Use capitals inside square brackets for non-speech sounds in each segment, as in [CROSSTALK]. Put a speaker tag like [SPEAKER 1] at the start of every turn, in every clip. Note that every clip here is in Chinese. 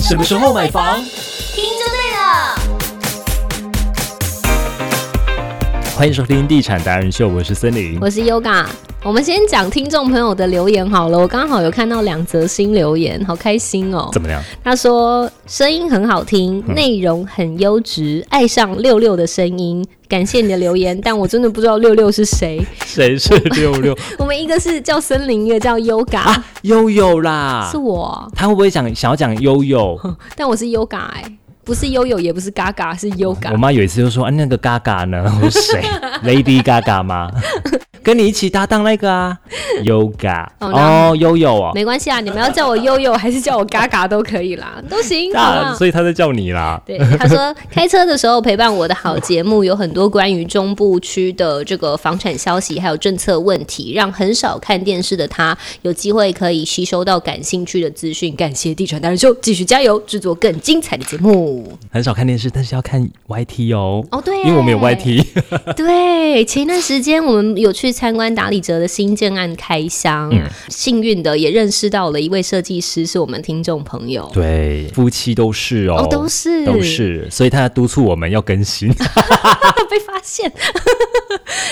[SPEAKER 1] 什么时候买房？
[SPEAKER 2] 听就对了。
[SPEAKER 3] 欢迎收听《地产达人秀》，我是森林。
[SPEAKER 2] 我是 Yoga，我们先讲听众朋友的留言好了。我刚好有看到两则新留言，好开心哦。
[SPEAKER 3] 怎么嗯样？
[SPEAKER 2] 他说声音很好听，内容很优质，爱上六六的声音。感谢你的
[SPEAKER 3] [LAUGHS]
[SPEAKER 2] 留言，但我真的不知道六六是谁。
[SPEAKER 3] 谁是六 [LAUGHS] 六？
[SPEAKER 2] 我们一个是叫森林，一个叫 Yoga，、
[SPEAKER 1] 悠悠啦
[SPEAKER 2] 是，我，
[SPEAKER 1] 他会不会想想要讲悠悠？
[SPEAKER 2] 但我是 Yoga 哎、不是悠悠，也不是嘎嘎，是
[SPEAKER 3] 我
[SPEAKER 2] Yoga。
[SPEAKER 3] 妈有一次就说：“啊，那个 Gaga 呢？”我说：“谁？Lady Gaga 吗
[SPEAKER 1] 跟你一起搭档那个啊？
[SPEAKER 3] ？Yoga
[SPEAKER 2] 哦那
[SPEAKER 3] 哦，悠悠哦，
[SPEAKER 2] 没关系啊，你们要叫我悠悠还是叫我嘎嘎都可以啦，都行。好不
[SPEAKER 3] 啊，
[SPEAKER 2] 好
[SPEAKER 3] 所以她在叫你啦。
[SPEAKER 2] 对，他说开车的时候陪伴我的好节目有很多关于中部区的这个房产消息，还有政策问题，让很少看电视的他有机会可以吸收到感兴趣的资讯。感谢地产达人秀，继续加油，制作更精彩的节目。
[SPEAKER 3] 很少看电视，但是要看 YT 哦，
[SPEAKER 2] 哦，对，
[SPEAKER 3] 因为我们有 YT。
[SPEAKER 2] [LAUGHS] 对，前一段时间我们有去参观打理哲的新建案开箱，幸运的也认识到了一位设计师，是我们听众朋友。
[SPEAKER 3] 对，夫妻都是哦，
[SPEAKER 2] 哦都是
[SPEAKER 3] 都是，所以她督促我们要更新。
[SPEAKER 2] [LAUGHS] 被发现， [LAUGHS]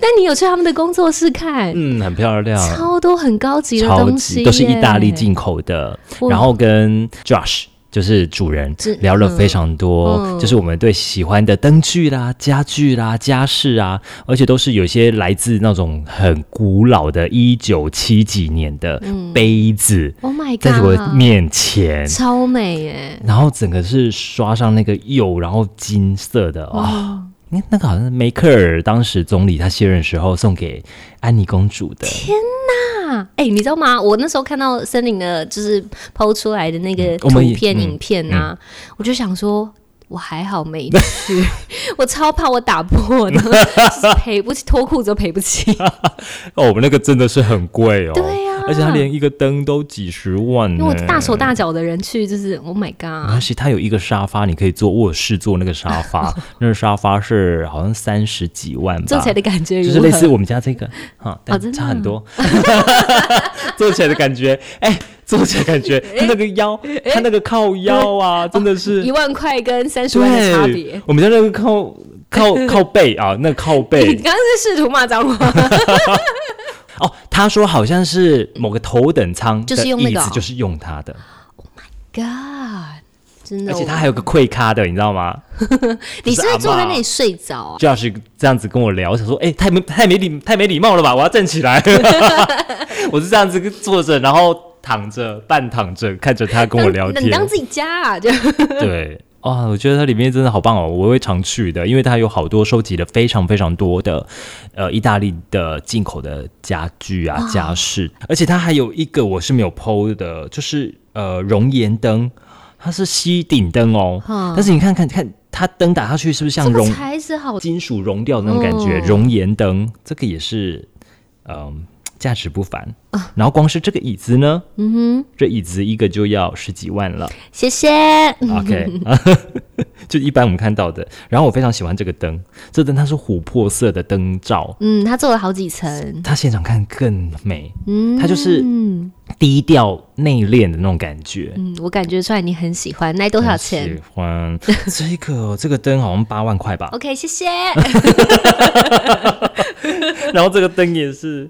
[SPEAKER 2] 但你有去他们的工作室看？
[SPEAKER 3] 嗯，很漂亮，
[SPEAKER 2] 超多很高级的
[SPEAKER 3] 超
[SPEAKER 2] 东西
[SPEAKER 3] 级
[SPEAKER 2] 耶，
[SPEAKER 3] 都是意大利进口的
[SPEAKER 2] 哇，
[SPEAKER 3] 然后跟 Josh。就是主人
[SPEAKER 2] 是
[SPEAKER 3] 聊了非常多，
[SPEAKER 2] 嗯嗯
[SPEAKER 3] 就是我们对喜欢的灯具啦、家具啦、家饰啊，而且都是有些来自那种很古老的，一九七几年的
[SPEAKER 2] 嗯
[SPEAKER 3] 杯子，
[SPEAKER 2] ，Oh my
[SPEAKER 3] 在我
[SPEAKER 2] god，
[SPEAKER 3] 面前，
[SPEAKER 2] 超美耶！
[SPEAKER 3] 然后整个是刷上那个釉，然后金色的哇、那那个好像是梅克尔当时总理他卸任时候送给安妮公主的，
[SPEAKER 2] 啊，哎、你知道吗？我那时候看到森林的，就是剖出来的那个
[SPEAKER 3] 嗯
[SPEAKER 2] 图
[SPEAKER 3] 我们也
[SPEAKER 2] 片、
[SPEAKER 3] 嗯
[SPEAKER 2] 影片啊，我就想说。我还好没去， [LAUGHS] 我超怕我打破的，就是赔不起，脱裤子都赔不
[SPEAKER 3] [LAUGHS]
[SPEAKER 2] 起。
[SPEAKER 3] 哦，我们那个真的是很贵哦，
[SPEAKER 2] 对啊呀
[SPEAKER 3] 而且它连一嗯个灯都几十万呢，
[SPEAKER 2] 因为我大手大脚的人去，就是 Oh my
[SPEAKER 3] 没关
[SPEAKER 2] god，
[SPEAKER 3] 系。它有一个沙发，你可以坐卧室坐那个沙发，
[SPEAKER 2] [LAUGHS]
[SPEAKER 3] 那个沙发是好像三十几万吧，
[SPEAKER 2] 坐起来的感觉
[SPEAKER 3] 就
[SPEAKER 2] 如
[SPEAKER 3] 是
[SPEAKER 2] 何？
[SPEAKER 3] 类似我们家这个哈，但
[SPEAKER 2] 真的
[SPEAKER 3] 差很多， [LAUGHS] 坐起来的感觉， [LAUGHS] 哎，坐起来感
[SPEAKER 2] [LAUGHS]
[SPEAKER 3] 觉，它那个腰，它那个靠腰啊，真的是
[SPEAKER 2] 一万块跟三十万的差别
[SPEAKER 3] 对，。我们家那个靠
[SPEAKER 2] [LAUGHS]
[SPEAKER 3] 靠靠背啊，那个靠
[SPEAKER 2] 你
[SPEAKER 3] 背
[SPEAKER 2] [LAUGHS] 刚刚是试图骂脏话，
[SPEAKER 3] 哦，他说好像是某个头等舱
[SPEAKER 2] 就
[SPEAKER 3] 的
[SPEAKER 2] 是用那
[SPEAKER 3] 椅
[SPEAKER 2] 个
[SPEAKER 3] 子
[SPEAKER 2] 哦
[SPEAKER 3] 就是用它的。
[SPEAKER 2] God，真的，
[SPEAKER 3] 而且他还有个溃咖的，你知道吗？
[SPEAKER 2] 你是不是
[SPEAKER 3] 不是
[SPEAKER 2] 坐
[SPEAKER 3] 阿嬷啊
[SPEAKER 2] 在那里睡着啊？
[SPEAKER 3] 就要是这样子跟我聊，我想说，哎、太没太没礼太没礼貌了吧，我要站起
[SPEAKER 2] [LAUGHS]
[SPEAKER 3] 来。 [LAUGHS] 我是这样子坐着，然后躺着半躺着看着他跟我聊
[SPEAKER 2] 那你当
[SPEAKER 3] 天，
[SPEAKER 2] 自己家啊，就
[SPEAKER 3] 对。哇、我觉得它里面真的好棒哦，我会常去的，因为它有好多收集了非常非常多的，呃，意大利的进口的家具啊、家饰，而且它还有一个我是没有剖的，就是呃熔岩灯，它是吸顶灯哦，
[SPEAKER 2] 嗯
[SPEAKER 3] 但是你看看看它灯打下去是不是像
[SPEAKER 2] 这个
[SPEAKER 3] 熔
[SPEAKER 2] 才是好。
[SPEAKER 3] 金属熔掉的那种感觉，
[SPEAKER 2] 嗯
[SPEAKER 3] 熔岩灯这个也是，嗯，价值不凡。然后光是这个椅子呢，嗯哼，这椅子一个就要十几万了。
[SPEAKER 2] 谢谢。嗯
[SPEAKER 3] OK，就一般我们看到的。然后我非常喜欢这个灯，这灯它是琥珀色的灯罩，
[SPEAKER 2] 嗯，他做了好几层。
[SPEAKER 3] 它现场看更美，
[SPEAKER 2] 嗯，
[SPEAKER 3] 它就是
[SPEAKER 2] 嗯
[SPEAKER 3] 低调内敛的那种感觉。
[SPEAKER 2] 嗯，我感觉出来你很喜欢。那多少
[SPEAKER 3] 很
[SPEAKER 2] 钱
[SPEAKER 3] 喜欢这个这个灯好像八万块吧，
[SPEAKER 2] [LAUGHS] ？OK，
[SPEAKER 3] [LAUGHS]
[SPEAKER 2] 谢谢。
[SPEAKER 3] 然后这个灯也是，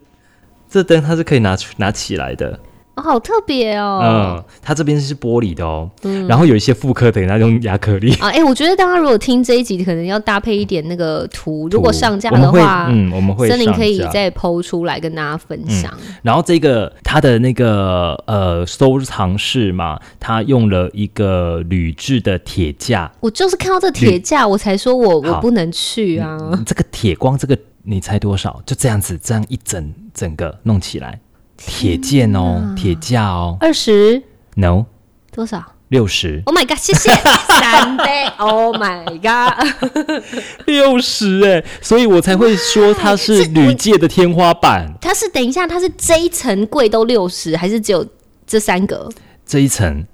[SPEAKER 3] 这灯它是可以拿出拿起来的，
[SPEAKER 2] 哦，好特别哦。嗯
[SPEAKER 3] 嗯，它这边是玻璃的哦，然后有一些妇科的它用亚克力。
[SPEAKER 2] 啊，哎、我觉得大家如果听这一集，可能要搭配一点那个图。如果上架
[SPEAKER 3] 我们
[SPEAKER 2] 的
[SPEAKER 3] 会
[SPEAKER 2] 话，
[SPEAKER 3] 嗯，我们会
[SPEAKER 2] 森林
[SPEAKER 3] 上
[SPEAKER 2] 可以
[SPEAKER 3] 架嗯
[SPEAKER 2] 再剖出来跟大家分享。
[SPEAKER 3] 然后这个它的那个呃收藏室嘛，它用了一个铝制的铁架，
[SPEAKER 2] 我就是看到这铁架，我才说我我
[SPEAKER 3] 好嗯
[SPEAKER 2] 不能去啊。
[SPEAKER 3] 这个铁光这个你猜多少？就这样子，这样一整整个弄起来，铁剑哦，铁架哦
[SPEAKER 2] 二十
[SPEAKER 3] ，no
[SPEAKER 2] 多少
[SPEAKER 3] 六十，
[SPEAKER 2] ？Oh my god！谢
[SPEAKER 3] [LAUGHS]
[SPEAKER 2] 谢三倍。Oh my god！
[SPEAKER 3] 六十哎，所以我才会说它
[SPEAKER 2] [LAUGHS]
[SPEAKER 3] 是铝界的天花板。
[SPEAKER 2] 它是等一下，它是这一层柜都六十，还是只有这三
[SPEAKER 3] Oh
[SPEAKER 2] 个？
[SPEAKER 3] 这一层。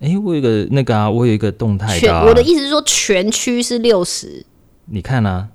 [SPEAKER 3] 诶，我有一个那个啊，我有一个动态
[SPEAKER 2] 全
[SPEAKER 3] 的、啊，
[SPEAKER 2] 我的意思是说，全区是六十。
[SPEAKER 3] 你看啊，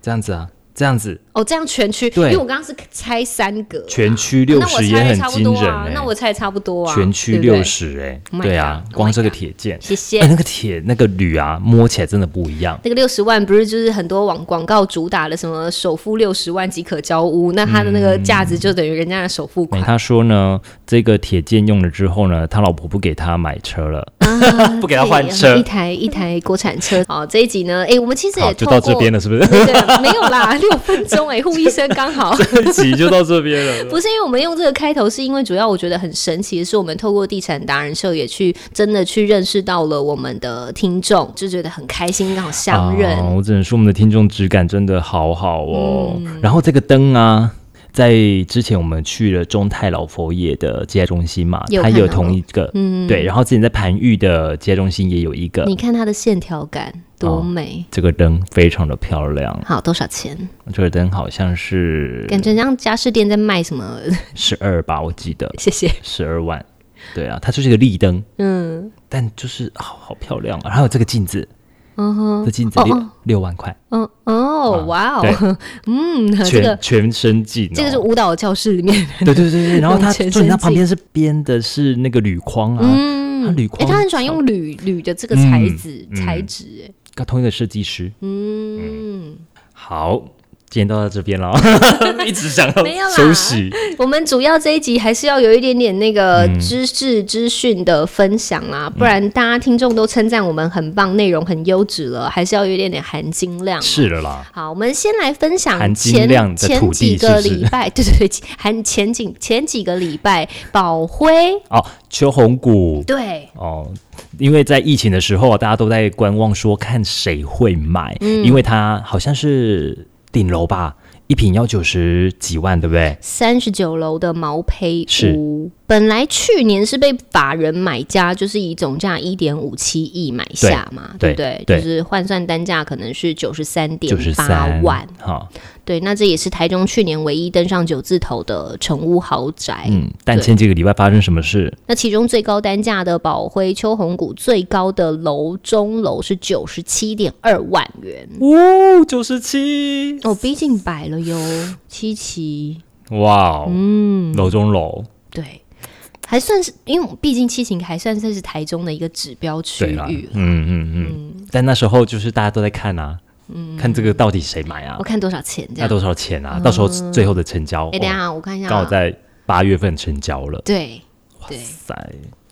[SPEAKER 3] 这样子啊，这样子，
[SPEAKER 2] 哦，这样全区，因
[SPEAKER 3] 对
[SPEAKER 2] 为我刚刚是猜三个，啊
[SPEAKER 3] 全区六十也很惊人哎、
[SPEAKER 2] 那我猜差不多啊，
[SPEAKER 3] 全区
[SPEAKER 2] 对不对
[SPEAKER 3] 六，十哎，
[SPEAKER 2] Oh my
[SPEAKER 3] 对啊
[SPEAKER 2] God，，Oh
[SPEAKER 3] 光
[SPEAKER 2] my
[SPEAKER 3] 这个
[SPEAKER 2] God
[SPEAKER 3] 铁剑，
[SPEAKER 2] 谢谢
[SPEAKER 3] 哎、。 [LAUGHS] 那个铁那个铝啊，摸起来真的不一样。
[SPEAKER 2] 那个六十万不是就是很多网广告主打的什么首付六十万即可交屋，那它的那个价值就等于人家的首付
[SPEAKER 3] 美
[SPEAKER 2] 款。
[SPEAKER 3] 他说呢，这个铁剑用了之后呢，他老婆不给他买车了， [LAUGHS] 不给他换
[SPEAKER 2] 啊对一
[SPEAKER 3] 车。
[SPEAKER 2] 台一台国产车。好，这一集呢，哎，我们其实
[SPEAKER 3] 好，
[SPEAKER 2] 也
[SPEAKER 3] 就
[SPEAKER 2] 透
[SPEAKER 3] 到
[SPEAKER 2] 过
[SPEAKER 3] 这边了，
[SPEAKER 2] [LAUGHS]
[SPEAKER 3] 是不 [LAUGHS] 是？
[SPEAKER 2] 对对，没有
[SPEAKER 3] [LAUGHS]
[SPEAKER 2] 啦，六分钟哎，护医生刚好。
[SPEAKER 3] 这一集就到这边了。
[SPEAKER 2] 不是因为我们用这个开头，是因为主要我觉得很神奇的是，我们透过地产达人秀也去真的去认识到了我们的听众，就觉得很开心，刚好相认。
[SPEAKER 3] 啊我只能说我们的听众质感真的好好哦。
[SPEAKER 2] 嗯
[SPEAKER 3] 然后这个灯啊。在之前我们去了中泰老佛爷的接待中心嘛，
[SPEAKER 2] 有
[SPEAKER 3] 它
[SPEAKER 2] 看
[SPEAKER 3] 也有
[SPEAKER 2] 到
[SPEAKER 3] 同一个，嗯，对。然后之前在盘玉的接待中心也有一个，
[SPEAKER 2] 你看它的线条感多
[SPEAKER 3] 哦
[SPEAKER 2] 美。
[SPEAKER 3] 这个灯非常的漂亮，
[SPEAKER 2] 好，多少钱？
[SPEAKER 3] 这个灯好像是
[SPEAKER 2] 感觉像家饰店在卖什么？ [LAUGHS]
[SPEAKER 3] 十二吧，我记得
[SPEAKER 2] 谢谢。
[SPEAKER 3] 十二万。对啊，它就是一个立灯，
[SPEAKER 2] 嗯，
[SPEAKER 3] 但就是好好漂亮啊！还有这个镜子，
[SPEAKER 2] 嗯哼，
[SPEAKER 3] 这镜子
[SPEAKER 2] 哦
[SPEAKER 3] 六
[SPEAKER 2] 哦
[SPEAKER 3] 六万块，
[SPEAKER 2] 嗯，
[SPEAKER 3] 啊
[SPEAKER 2] 哦，哇哦， [LAUGHS] 嗯， [LAUGHS] 这
[SPEAKER 3] 全
[SPEAKER 2] 个
[SPEAKER 3] 全身镜哦，
[SPEAKER 2] 这个是舞蹈教室里面的，
[SPEAKER 3] [LAUGHS] 对对对
[SPEAKER 2] [LAUGHS]
[SPEAKER 3] 对。然后它
[SPEAKER 2] 全身
[SPEAKER 3] 重点它
[SPEAKER 2] 镜
[SPEAKER 3] 旁边是编的是那个铝框啊，它
[SPEAKER 2] 嗯，
[SPEAKER 3] 铝
[SPEAKER 2] [LAUGHS] 哎，
[SPEAKER 3] 框，
[SPEAKER 2] 他很喜欢用铝铝的这个材
[SPEAKER 3] 嗯
[SPEAKER 2] 质
[SPEAKER 3] 嗯
[SPEAKER 2] 材质，哎，
[SPEAKER 3] 跟同一个设计师。
[SPEAKER 2] 嗯。
[SPEAKER 3] 好，今天都到这边
[SPEAKER 2] [LAUGHS]
[SPEAKER 3] 了，一直想
[SPEAKER 2] 没有
[SPEAKER 3] 要
[SPEAKER 2] 啦
[SPEAKER 3] 休息。
[SPEAKER 2] [LAUGHS] 我们主要这一集还是要有一点点那个
[SPEAKER 3] 嗯
[SPEAKER 2] 知识资讯的分享啊，不然大家听众都称赞我们很棒，内容很优质了，还是要有一点点含金量。
[SPEAKER 3] 是了啦，
[SPEAKER 2] 好，我们先来分享
[SPEAKER 3] 含金
[SPEAKER 2] 前
[SPEAKER 3] 量的
[SPEAKER 2] 前
[SPEAKER 3] 土
[SPEAKER 2] 几
[SPEAKER 3] 地
[SPEAKER 2] 个
[SPEAKER 3] 是不是
[SPEAKER 2] 礼拜， [LAUGHS] 对对对，含前几前几个礼拜，宝辉
[SPEAKER 3] 哦，秋红谷
[SPEAKER 2] 对
[SPEAKER 3] 哦，因为在疫情的时候，啊大家都在观望，说看谁会买，
[SPEAKER 2] 嗯
[SPEAKER 3] 因为它好像是顶楼吧，一平要九十几万，对不对？
[SPEAKER 2] 三十九楼的毛坯
[SPEAKER 3] 是
[SPEAKER 2] 屋，本来去年是被法人买家，就是以总价一点五七亿买下嘛，
[SPEAKER 3] 对
[SPEAKER 2] 不对？
[SPEAKER 3] 对
[SPEAKER 2] 就是换算单价可能是九十三点
[SPEAKER 3] 九十
[SPEAKER 2] 八
[SPEAKER 3] 三
[SPEAKER 2] 万，
[SPEAKER 3] 哈，
[SPEAKER 2] 对，那这也是台中去年唯一登上九字头的成屋豪宅。
[SPEAKER 3] 嗯，但前几个礼拜发生什么事？
[SPEAKER 2] 那其中最高单价的宝辉秋红谷最高的楼中楼是九十七点二万元，嗯
[SPEAKER 3] 哦，九十七，
[SPEAKER 2] 哦，逼近百了哟，七七，
[SPEAKER 3] 哇哦，
[SPEAKER 2] 嗯，
[SPEAKER 3] 楼中楼，
[SPEAKER 2] 对。还算是，因为毕竟七情还算是台中的一个指标区
[SPEAKER 3] 对啦，
[SPEAKER 2] 域
[SPEAKER 3] 嗯。嗯嗯，但那时候就是大家都在看啊，看这个到底谁买啊
[SPEAKER 2] 嗯我，看多少钱这
[SPEAKER 3] 那
[SPEAKER 2] 样？
[SPEAKER 3] 多少钱啊？到时候最后的成交，
[SPEAKER 2] 哎，等一
[SPEAKER 3] 哦
[SPEAKER 2] 下我看一下啊，
[SPEAKER 3] 刚好在八月份成交了，
[SPEAKER 2] 对对。
[SPEAKER 3] 塞，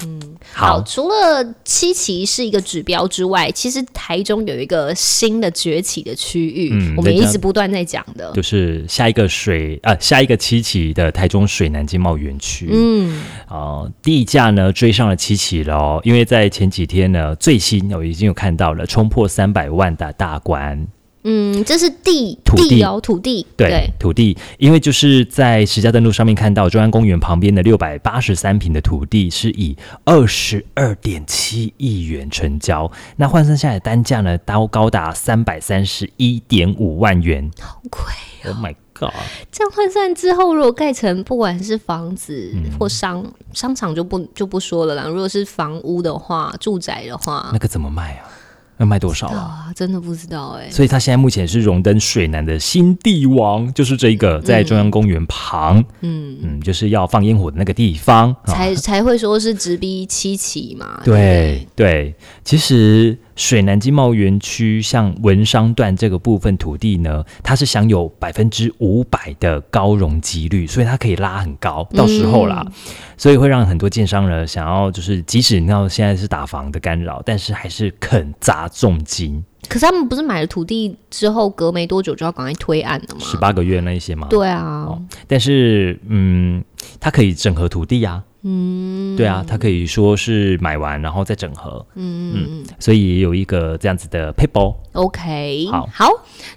[SPEAKER 3] 嗯，
[SPEAKER 2] 好，
[SPEAKER 3] 好，
[SPEAKER 2] 除了七期是一个指标之外，其实台中有一个新的崛起的区域，
[SPEAKER 3] 嗯
[SPEAKER 2] 我们
[SPEAKER 3] 人
[SPEAKER 2] 一
[SPEAKER 3] 家
[SPEAKER 2] 直不断在讲的。
[SPEAKER 3] 就是下一个水啊，下一个七期的台中水南经贸园区，
[SPEAKER 2] 嗯，
[SPEAKER 3] 呃，地价呢追上了七期了哦，因为在前几天呢，最新哦我已经有看到了冲破三百万的大关，
[SPEAKER 2] 嗯，这是地
[SPEAKER 3] 土地
[SPEAKER 2] 哦，土地
[SPEAKER 3] 对，土地，因为就是在石家登录上面看到中央公园旁边的六百八十三平的土地是以二十二点七亿元成交，那换算下来单价呢高高达三百三十一点五万元
[SPEAKER 2] 好贵。啊
[SPEAKER 3] ，Oh my god！
[SPEAKER 2] 这样换算之后，如果盖成不管是房子
[SPEAKER 3] 嗯
[SPEAKER 2] 或商、商场就不就不说了啦，如果是房屋的话，住宅的话
[SPEAKER 3] 那，个怎么卖啊？要卖多少啊？
[SPEAKER 2] 啊，真的不知道哎、
[SPEAKER 3] 所以它现在目前是荣登水南的新帝王，就是这一个在中央公园旁，
[SPEAKER 2] 嗯
[SPEAKER 3] 嗯就是要放烟火的那个地方。啊、
[SPEAKER 2] 才才会说是直逼七期嘛，对不对
[SPEAKER 3] [LAUGHS] 对对，其实水南经贸园区像文商段这个部分土地呢，它是享有百分之五百的高容积率，所以它可以拉很高，到时候啦，所以会让很多建商呢想要就是，即使你看现在是打房的干扰，但是还是肯砸重金，
[SPEAKER 2] 可是他们不是买了土地之后，隔没多久就要赶快推案了吗？
[SPEAKER 3] 十八个月那一些嘛，
[SPEAKER 2] 对啊，
[SPEAKER 3] 但是，嗯，它可以整合土地啊，嗯，对啊，它可以说是买完然后再整合，嗯嗯，所以有一个这样子的 paper，哦
[SPEAKER 2] OK，
[SPEAKER 3] 好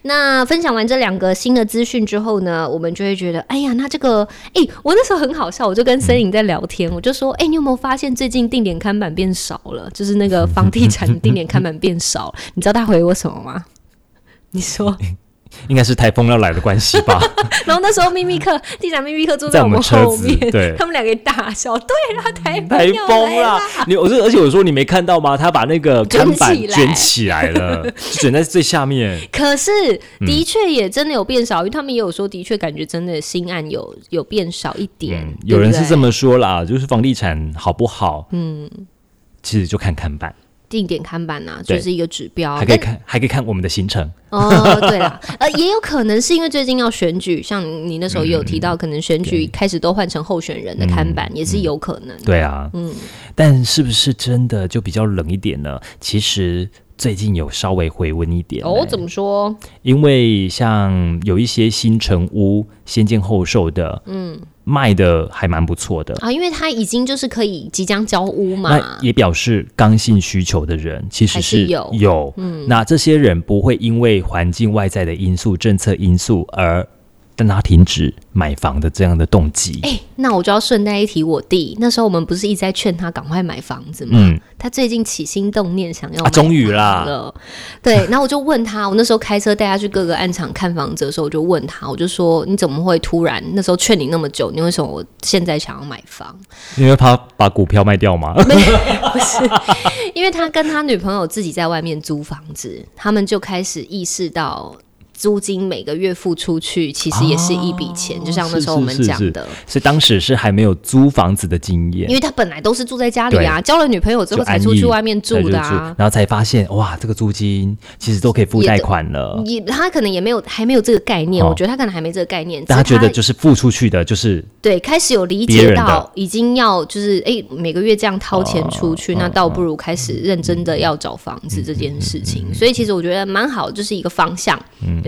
[SPEAKER 2] 那分享完这两个新的资讯之后呢，我们就会觉得，哎呀，那这个，哎、我那时候很好笑，我就跟森颖在聊天，我就说，哎、你有没有发现最近定点看板变少了？就是那
[SPEAKER 3] [LAUGHS]
[SPEAKER 2] 个房地产 [LAUGHS] 定点看板变少了，你知道他回我什么吗？你说
[SPEAKER 3] 应该是台风要来的关系
[SPEAKER 2] [LAUGHS]
[SPEAKER 3] 吧，
[SPEAKER 2] 然后那时候秘密客地产秘密客坐
[SPEAKER 3] 在
[SPEAKER 2] 我
[SPEAKER 3] 我
[SPEAKER 2] 们
[SPEAKER 3] 们
[SPEAKER 2] 后
[SPEAKER 3] 车子
[SPEAKER 2] 面，
[SPEAKER 3] 对
[SPEAKER 2] 他们两个大笑。对啊啦，台风
[SPEAKER 3] 台
[SPEAKER 2] 要
[SPEAKER 3] 风
[SPEAKER 2] 来
[SPEAKER 3] 啦
[SPEAKER 2] 啦！！
[SPEAKER 3] 你我是而且我说你没看到吗？他把那个
[SPEAKER 2] 卷
[SPEAKER 3] 看板
[SPEAKER 2] 起来
[SPEAKER 3] 卷起来
[SPEAKER 2] [LAUGHS]
[SPEAKER 3] 了，就卷在最下面。
[SPEAKER 2] 可是的确也真的有变少，因为他们也有说，的确感觉真的新案有有变少一点。
[SPEAKER 3] 嗯，
[SPEAKER 2] 对
[SPEAKER 3] 有
[SPEAKER 2] 不
[SPEAKER 3] 人是
[SPEAKER 2] 对
[SPEAKER 3] 这么说啦，就是房地产好不好？嗯，其实就看看板，
[SPEAKER 2] 定点看板呐、啊，
[SPEAKER 3] 对
[SPEAKER 2] 就是一个指标。
[SPEAKER 3] 还可以看，还可以看我们的行程。
[SPEAKER 2] 但哦，对啦， [LAUGHS] 呃，也有可能是因为最近要选举，像你那时候也有
[SPEAKER 3] 嗯
[SPEAKER 2] 提到，可能选举开始都换成候选人的看板，也是有可能。
[SPEAKER 3] 对啊，嗯，但是不是真的就比较冷一点呢？其实最近有稍微回温一点、哎
[SPEAKER 2] 哦，怎么说？
[SPEAKER 3] 因为像有一些新城屋先建后售的，嗯，卖的还蛮不错的。
[SPEAKER 2] 啊，因为它已经就是可以即将交屋嘛
[SPEAKER 3] 那。也表示刚性需求的人其实
[SPEAKER 2] 还
[SPEAKER 3] 是
[SPEAKER 2] 是有
[SPEAKER 3] 嗯，那这些人不会因为环境外在的因素、政策因素而让他停止买房的这样的动机。
[SPEAKER 2] 哎、那我就要顺带一提我弟，那时候我们不是一直在劝他赶快买房子吗？
[SPEAKER 3] 嗯，
[SPEAKER 2] 他最近起心动念想要
[SPEAKER 3] 啊
[SPEAKER 2] 买
[SPEAKER 3] 终于
[SPEAKER 2] 房
[SPEAKER 3] 啦
[SPEAKER 2] 了，对。然后我就问他，我那时候开车带他去各个暗场看房子的时候，我就问他，我就说你怎么会突然那时候劝你那么久，你为什么我现在想要买房？
[SPEAKER 3] 因为怕把股票卖掉嘛。
[SPEAKER 2] 没不是，因为他跟他女朋友自己在外面租房子，他们就开始意识到。租金每个月付出去，其实也是一笔钱，就像那时候我们
[SPEAKER 3] 哦是是是
[SPEAKER 2] 讲
[SPEAKER 3] 是
[SPEAKER 2] 的，
[SPEAKER 3] [LAUGHS] 所以当时是还没有租房子的经验
[SPEAKER 2] 因，为他本来都是住在家里啊，交了女朋友之后
[SPEAKER 3] 就
[SPEAKER 2] 才
[SPEAKER 3] 安
[SPEAKER 2] 出去
[SPEAKER 3] 逸
[SPEAKER 2] 外面
[SPEAKER 3] 才
[SPEAKER 2] 住
[SPEAKER 3] 就
[SPEAKER 2] 的
[SPEAKER 3] 住
[SPEAKER 2] 啊。
[SPEAKER 3] 然后才发现哇，这个租金其实都可以付
[SPEAKER 2] 也嗯
[SPEAKER 3] 贷
[SPEAKER 2] 都
[SPEAKER 3] 款了。
[SPEAKER 2] 也他可能也没有还没有这个概念，
[SPEAKER 3] 哦
[SPEAKER 2] 我觉得他可能还没这个概念，
[SPEAKER 3] 但他
[SPEAKER 2] 只是
[SPEAKER 3] 觉得就是付出去的，就是
[SPEAKER 2] 对开始有理
[SPEAKER 3] 别
[SPEAKER 2] 解
[SPEAKER 3] 人的
[SPEAKER 2] 到已经要就是哎、每个月这样掏钱出
[SPEAKER 3] 哦
[SPEAKER 2] 去，那倒不如开始认真的要找房子这件事
[SPEAKER 3] 嗯
[SPEAKER 2] 情。所以其实我觉得蛮好，就是一个方向。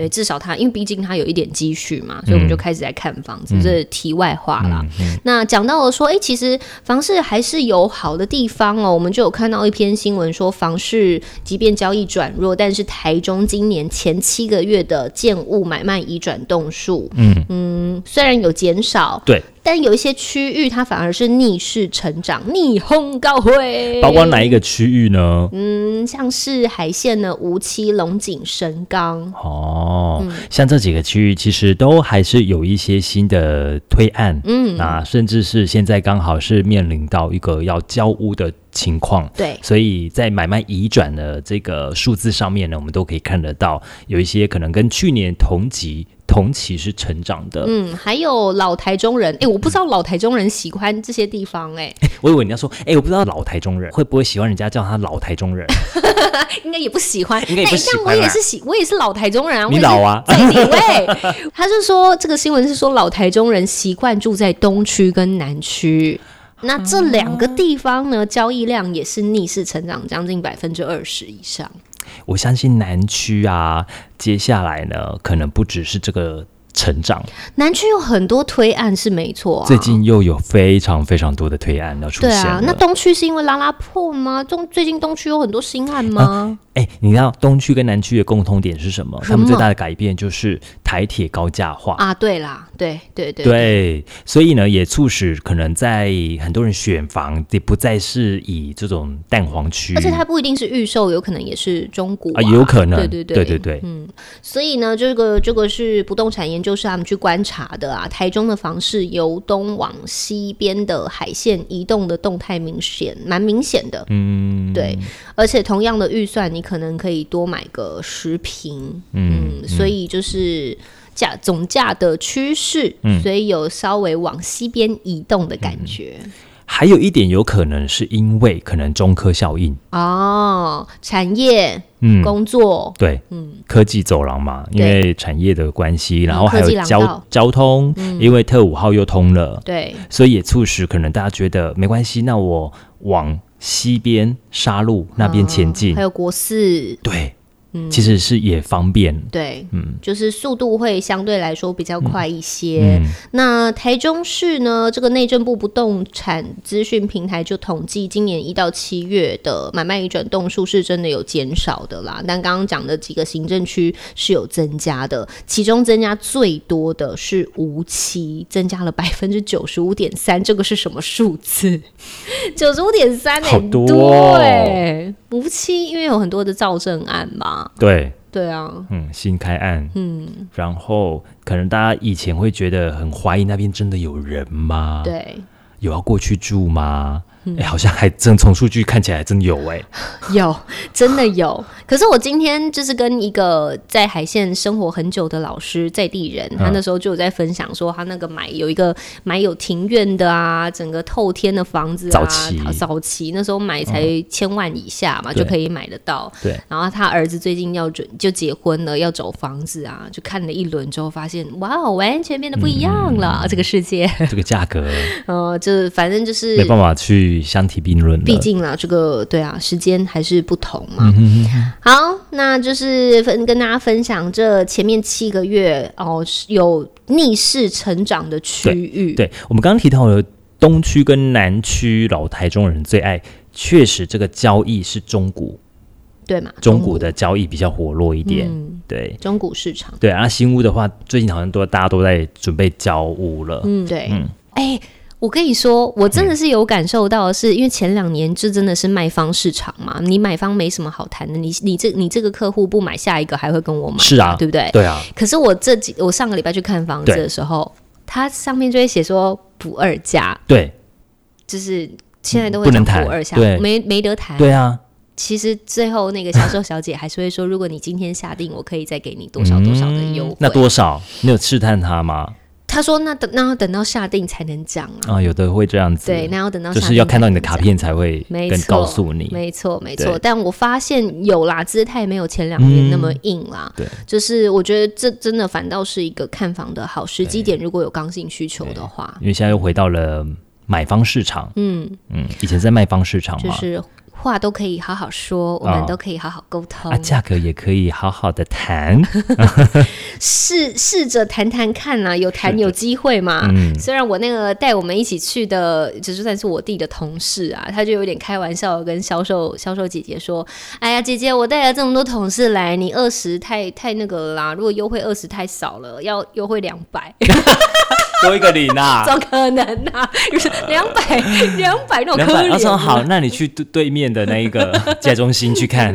[SPEAKER 2] 对，至少他因为毕竟他有一点积蓄嘛，所以我们
[SPEAKER 3] 嗯
[SPEAKER 2] 就开始在看房子，这是题外话啦。那讲到了说，哎、其实房市还是有好的地方哦。我们就有看到一篇新闻说，房市即便交易转弱，但是台中今年前七个月的建物买卖移转动数，嗯虽然有减少，
[SPEAKER 3] 对，
[SPEAKER 2] 但有一些区域它反而是逆势成长，逆风高飞。
[SPEAKER 3] 包括哪一个区域呢？
[SPEAKER 2] 嗯，像是海线的无期、龙井、神冈，
[SPEAKER 3] 哦，
[SPEAKER 2] 嗯
[SPEAKER 3] 像这几个区域其实都还是有一些新的推案，嗯，啊，甚至是现在刚好是面临到一个要交屋的情况。
[SPEAKER 2] 对，
[SPEAKER 3] 所以在买卖移转的这个数字上面呢，我们都可以看得到，有一些可能跟去年同级同期是成长的。
[SPEAKER 2] 嗯，还有老台中人，哎、我不知道老台中人喜欢这些地方、
[SPEAKER 3] [LAUGHS]
[SPEAKER 2] 诶哎，
[SPEAKER 3] 我以为你要说，哎、我不知道老台中人会不会喜欢人家叫他老台中
[SPEAKER 2] [LAUGHS]
[SPEAKER 3] 人，
[SPEAKER 2] 应该也不喜欢。
[SPEAKER 3] 应该也不喜欢
[SPEAKER 2] 但我也
[SPEAKER 3] 啦
[SPEAKER 2] 是喜，我也是老台中人啊，我
[SPEAKER 3] 你
[SPEAKER 2] 也是，
[SPEAKER 3] 老啊
[SPEAKER 2] 在
[SPEAKER 3] [LAUGHS]
[SPEAKER 2] 地位。他是说这个新闻是说老台中人习惯住在东区跟南区。那这两个地方呢，交易量也是逆势成长，将近百分之二十以上。
[SPEAKER 3] 我相信南区啊，接下来呢，可能不只是这个成长，
[SPEAKER 2] 南区有很多推案是没错、啊，
[SPEAKER 3] 最近又有非常非常多的推案要出现
[SPEAKER 2] 对
[SPEAKER 3] 了。
[SPEAKER 2] 啊，那东区是因为拉拉破吗？东最近东区有很多新案吗？
[SPEAKER 3] 哎、你知道东区跟南区的共通点是什么？
[SPEAKER 2] 什么
[SPEAKER 3] 他们最大的改变就是台铁高架化。
[SPEAKER 2] 啊对啦，对对对
[SPEAKER 3] 对，所以呢，也促使可能在很多人选房也不再是以这种蛋黄区，
[SPEAKER 2] 而且它不一定是预售，有可能也是中古
[SPEAKER 3] 啊，有可能，
[SPEAKER 2] 对对嗯
[SPEAKER 3] 对对
[SPEAKER 2] 所以呢，这个这个是不动产研究室他们去观察的啊。台中的房市由东往西边的海线移动的动态明显，蛮明显的。
[SPEAKER 3] 嗯，
[SPEAKER 2] 对，而且同样的预算，你可能可以多买个十平。嗯，所以就是。价总价的趋势，所以有稍微往西边移动的感觉、
[SPEAKER 3] 还有一点有可能是因为可能中科效应，
[SPEAKER 2] 哦。产业、
[SPEAKER 3] 嗯，
[SPEAKER 2] 工作，
[SPEAKER 3] 对，科技走廊嘛，因
[SPEAKER 2] 嗯对
[SPEAKER 3] 为产业的关系，然后
[SPEAKER 2] 嗯科
[SPEAKER 3] 还
[SPEAKER 2] 技
[SPEAKER 3] 有
[SPEAKER 2] 廊
[SPEAKER 3] 交
[SPEAKER 2] 道嗯
[SPEAKER 3] 交通，因为特五号又通了，
[SPEAKER 2] 对，
[SPEAKER 3] 所以也促使可能大家觉得没关系，那我往西边沙路那边前进，
[SPEAKER 2] 嗯还有嗯国四，
[SPEAKER 3] 对，其实是也方便。
[SPEAKER 2] 对，
[SPEAKER 3] 嗯
[SPEAKER 2] 就是速度会相对来说比较快一些。
[SPEAKER 3] 嗯
[SPEAKER 2] 那台中市呢，这个内政部不动产资讯平台就统计，今年一到七月的买卖移转动数是真的有减少的啦。但刚刚讲的几个行政区是有增加的，其中增加最多的是无期，增加了百分之九十五点三，这个是什么数字？ [LAUGHS] 九十五点三，欸
[SPEAKER 3] 好
[SPEAKER 2] 很
[SPEAKER 3] 多哦
[SPEAKER 2] 多哎、无期因为有很多的造证案嘛，
[SPEAKER 3] 对，
[SPEAKER 2] 对啊，
[SPEAKER 3] 嗯，新开案，
[SPEAKER 2] 嗯，
[SPEAKER 3] 然后可能大家以前会觉得很怀疑那边真的有人吗？，
[SPEAKER 2] 对，嗯
[SPEAKER 3] 有要过去住吗？哎、好像还真从数据看起来真有哎、
[SPEAKER 2] [LAUGHS] 有，真的有。可是我今天就是跟一个在海线生活很久的老师，在地人，
[SPEAKER 3] 啊
[SPEAKER 2] 他那时候就有在分享说，他那个买有一个买有庭院的啊，整个透天的房子啊，
[SPEAKER 3] 早期哦
[SPEAKER 2] 啊早期那时候买才千万以下嘛，
[SPEAKER 3] 对
[SPEAKER 2] 就可以买得到。
[SPEAKER 3] 对，
[SPEAKER 2] 然后他儿子最近要准就结婚了，要找房子啊，就看了一轮之后，发现哇哦，完全变得不一样了，
[SPEAKER 3] 嗯
[SPEAKER 2] 这个世界。 [LAUGHS]
[SPEAKER 3] 这个价格
[SPEAKER 2] 呃，就是反正就是
[SPEAKER 3] 没办法去相提并论
[SPEAKER 2] 毕
[SPEAKER 3] 了。嗯
[SPEAKER 2] 竟啦，这个对啊，时间还是不同嘛。好，那就是分跟大家分享这前面七个月哦，是有逆势成长的区域。
[SPEAKER 3] 对我们刚刚提到了东区跟南区，老台中人最爱，确实这个交易是中古，
[SPEAKER 2] 对嘛，
[SPEAKER 3] 中古的交易比较活络一点。
[SPEAKER 2] 嗯，
[SPEAKER 3] 对
[SPEAKER 2] 中古市场，
[SPEAKER 3] 对，啊，新屋的话，最近好像都大家都在准备交屋了。
[SPEAKER 2] 嗯，对，哎、我跟你说，我真的是有感受到的是，因为前两年这真的是卖方市场嘛，你买方没什么好谈的，你你这你这个客户不买，下一个还会跟我买，
[SPEAKER 3] 是啊
[SPEAKER 2] 对不对？
[SPEAKER 3] 对啊，
[SPEAKER 2] 可是我这几我上个礼拜去看房子
[SPEAKER 3] 对
[SPEAKER 2] 的时候，它上面就会写说不二价，
[SPEAKER 3] 对
[SPEAKER 2] 就是现在都会
[SPEAKER 3] 不
[SPEAKER 2] 讲
[SPEAKER 3] 能
[SPEAKER 2] 不
[SPEAKER 3] 谈
[SPEAKER 2] 二价，
[SPEAKER 3] 对
[SPEAKER 2] 没没得谈。
[SPEAKER 3] 对啊，
[SPEAKER 2] 其实最后那个销售小姐还是会说，如果你今天下定，我可以再给你多少多少的优惠。
[SPEAKER 3] 嗯那多少？你有试探他吗？
[SPEAKER 2] 她说那等那要等到下定才能讲啊。
[SPEAKER 3] 啊，有的会这样子，
[SPEAKER 2] 对，那要等到
[SPEAKER 3] 就
[SPEAKER 2] 下
[SPEAKER 3] 是
[SPEAKER 2] 定
[SPEAKER 3] 要看到你的
[SPEAKER 2] 才
[SPEAKER 3] 卡
[SPEAKER 2] 能讲。
[SPEAKER 3] 片才会
[SPEAKER 2] 没
[SPEAKER 3] 跟
[SPEAKER 2] 错
[SPEAKER 3] 告诉你。
[SPEAKER 2] 没错，没错
[SPEAKER 3] 对。
[SPEAKER 2] 但我发现有啦，姿态没有前两年那么硬啦。
[SPEAKER 3] 嗯对，
[SPEAKER 2] 就是我觉得这真的反倒是一个看房的好时机点。如果有刚性需求的话，
[SPEAKER 3] 因为现在又回到了买方市场，
[SPEAKER 2] 嗯，
[SPEAKER 3] 嗯，以前是在卖方市场
[SPEAKER 2] 就
[SPEAKER 3] 嘛，
[SPEAKER 2] 是话都可以好好说，我们
[SPEAKER 3] 啊
[SPEAKER 2] 都可以好好沟通。
[SPEAKER 3] 啊，价格也可以好好的谈，
[SPEAKER 2] [LAUGHS] 试试着谈谈看啦、有谈有机会嘛。
[SPEAKER 3] 嗯，
[SPEAKER 2] 虽然我那个带我们一起去的，就就算是我弟的同事啊，他就有点开玩笑地跟销售销售姐姐说：“哎呀，姐姐，我带了这么多同事来，你二十太太那个了啦，如果优惠二十太少了，要优惠两
[SPEAKER 3] [LAUGHS]
[SPEAKER 2] 百，
[SPEAKER 3] 多一个零啊
[SPEAKER 2] 怎么可能啊？
[SPEAKER 3] [LAUGHS]
[SPEAKER 2] 两百两百那种
[SPEAKER 3] 两
[SPEAKER 2] 可
[SPEAKER 3] 百。他
[SPEAKER 2] 怜
[SPEAKER 3] 说
[SPEAKER 2] 啊，
[SPEAKER 3] 好，那你去对对面的那一
[SPEAKER 2] [LAUGHS]
[SPEAKER 3] 个家中心去看，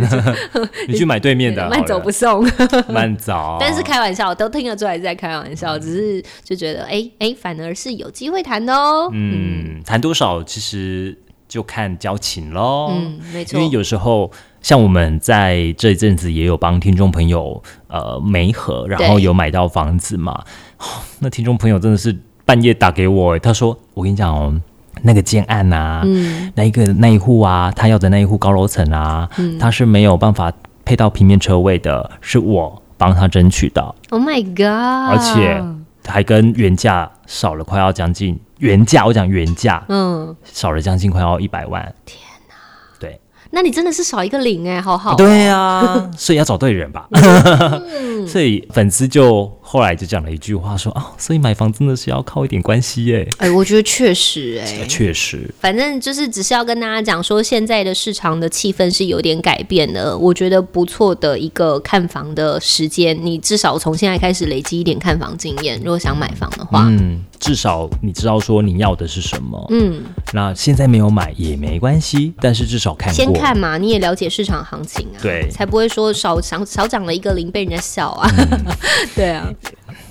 [SPEAKER 3] 你去买对面的，哦
[SPEAKER 2] 慢走不
[SPEAKER 3] 是
[SPEAKER 2] 送。”
[SPEAKER 3] 慢走，
[SPEAKER 2] 但是开玩笑，都听得出来是在开玩笑，只是就觉得，哎、哎、反而是有机会谈的哦。
[SPEAKER 3] 嗯，谈多少其实就看交情喽，
[SPEAKER 2] 嗯，没
[SPEAKER 3] 因
[SPEAKER 2] 错
[SPEAKER 3] 为，有时候像我们在这一阵子也有帮听众朋友呃媒合，然后
[SPEAKER 2] 对
[SPEAKER 3] 有买到房子嘛，哦那听众朋友真的是半夜打给我，他说我跟你讲哦。那个建案啊，
[SPEAKER 2] 嗯
[SPEAKER 3] 那一个那一户啊，他要的那一户高楼层啊，
[SPEAKER 2] 嗯
[SPEAKER 3] 他是没有办法配到平面车位的，是我帮他争取的，
[SPEAKER 2] ，Oh my God！
[SPEAKER 3] 而且还跟原价少了快要将近原价，我讲原价
[SPEAKER 2] 嗯，
[SPEAKER 3] 少了将近快要一百万，天哪！对，
[SPEAKER 2] 那你真的是少一个零哎、好好。
[SPEAKER 3] 对
[SPEAKER 2] [LAUGHS]
[SPEAKER 3] 啊，所以要找对人吧。
[SPEAKER 2] 嗯
[SPEAKER 3] [LAUGHS] 所以粉丝就后来就讲了一句话说：“哦，所以买房真的是要靠一点关系耶。
[SPEAKER 2] 哎、我觉得确实哎、”
[SPEAKER 3] 确实，
[SPEAKER 2] [LAUGHS] 反正就是只是要跟大家讲说，现在的市场的气氛是有点改变的。我觉得不错的一个看房的时间，你至少从现在开始累积一点看房经验。如果想买房的话，
[SPEAKER 3] 嗯，至少你知道说你要的是什么。
[SPEAKER 2] 嗯，
[SPEAKER 3] 那现在没有买也没关系，但是至少看过。
[SPEAKER 2] 先看嘛，你也了解市场行情啊，
[SPEAKER 3] 对
[SPEAKER 2] 才不会说少少少涨了一个零被人家笑啊，
[SPEAKER 3] 嗯
[SPEAKER 2] [LAUGHS] 对啊，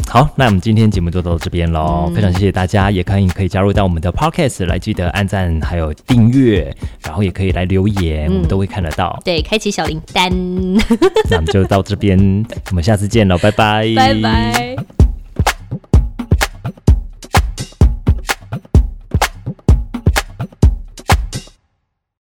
[SPEAKER 3] 好，那我们今天节目就到这边喽，
[SPEAKER 2] 嗯
[SPEAKER 3] 非常谢谢大家，也欢迎可以加入到我们的 podcast 来，记得按赞还有订阅，然后也可以来留
[SPEAKER 2] 嗯
[SPEAKER 3] 言，我们都会看得到。
[SPEAKER 2] 对，开启小铃铛，
[SPEAKER 3] 那我们就到这边，我们下次见喽，拜拜，
[SPEAKER 2] 拜拜。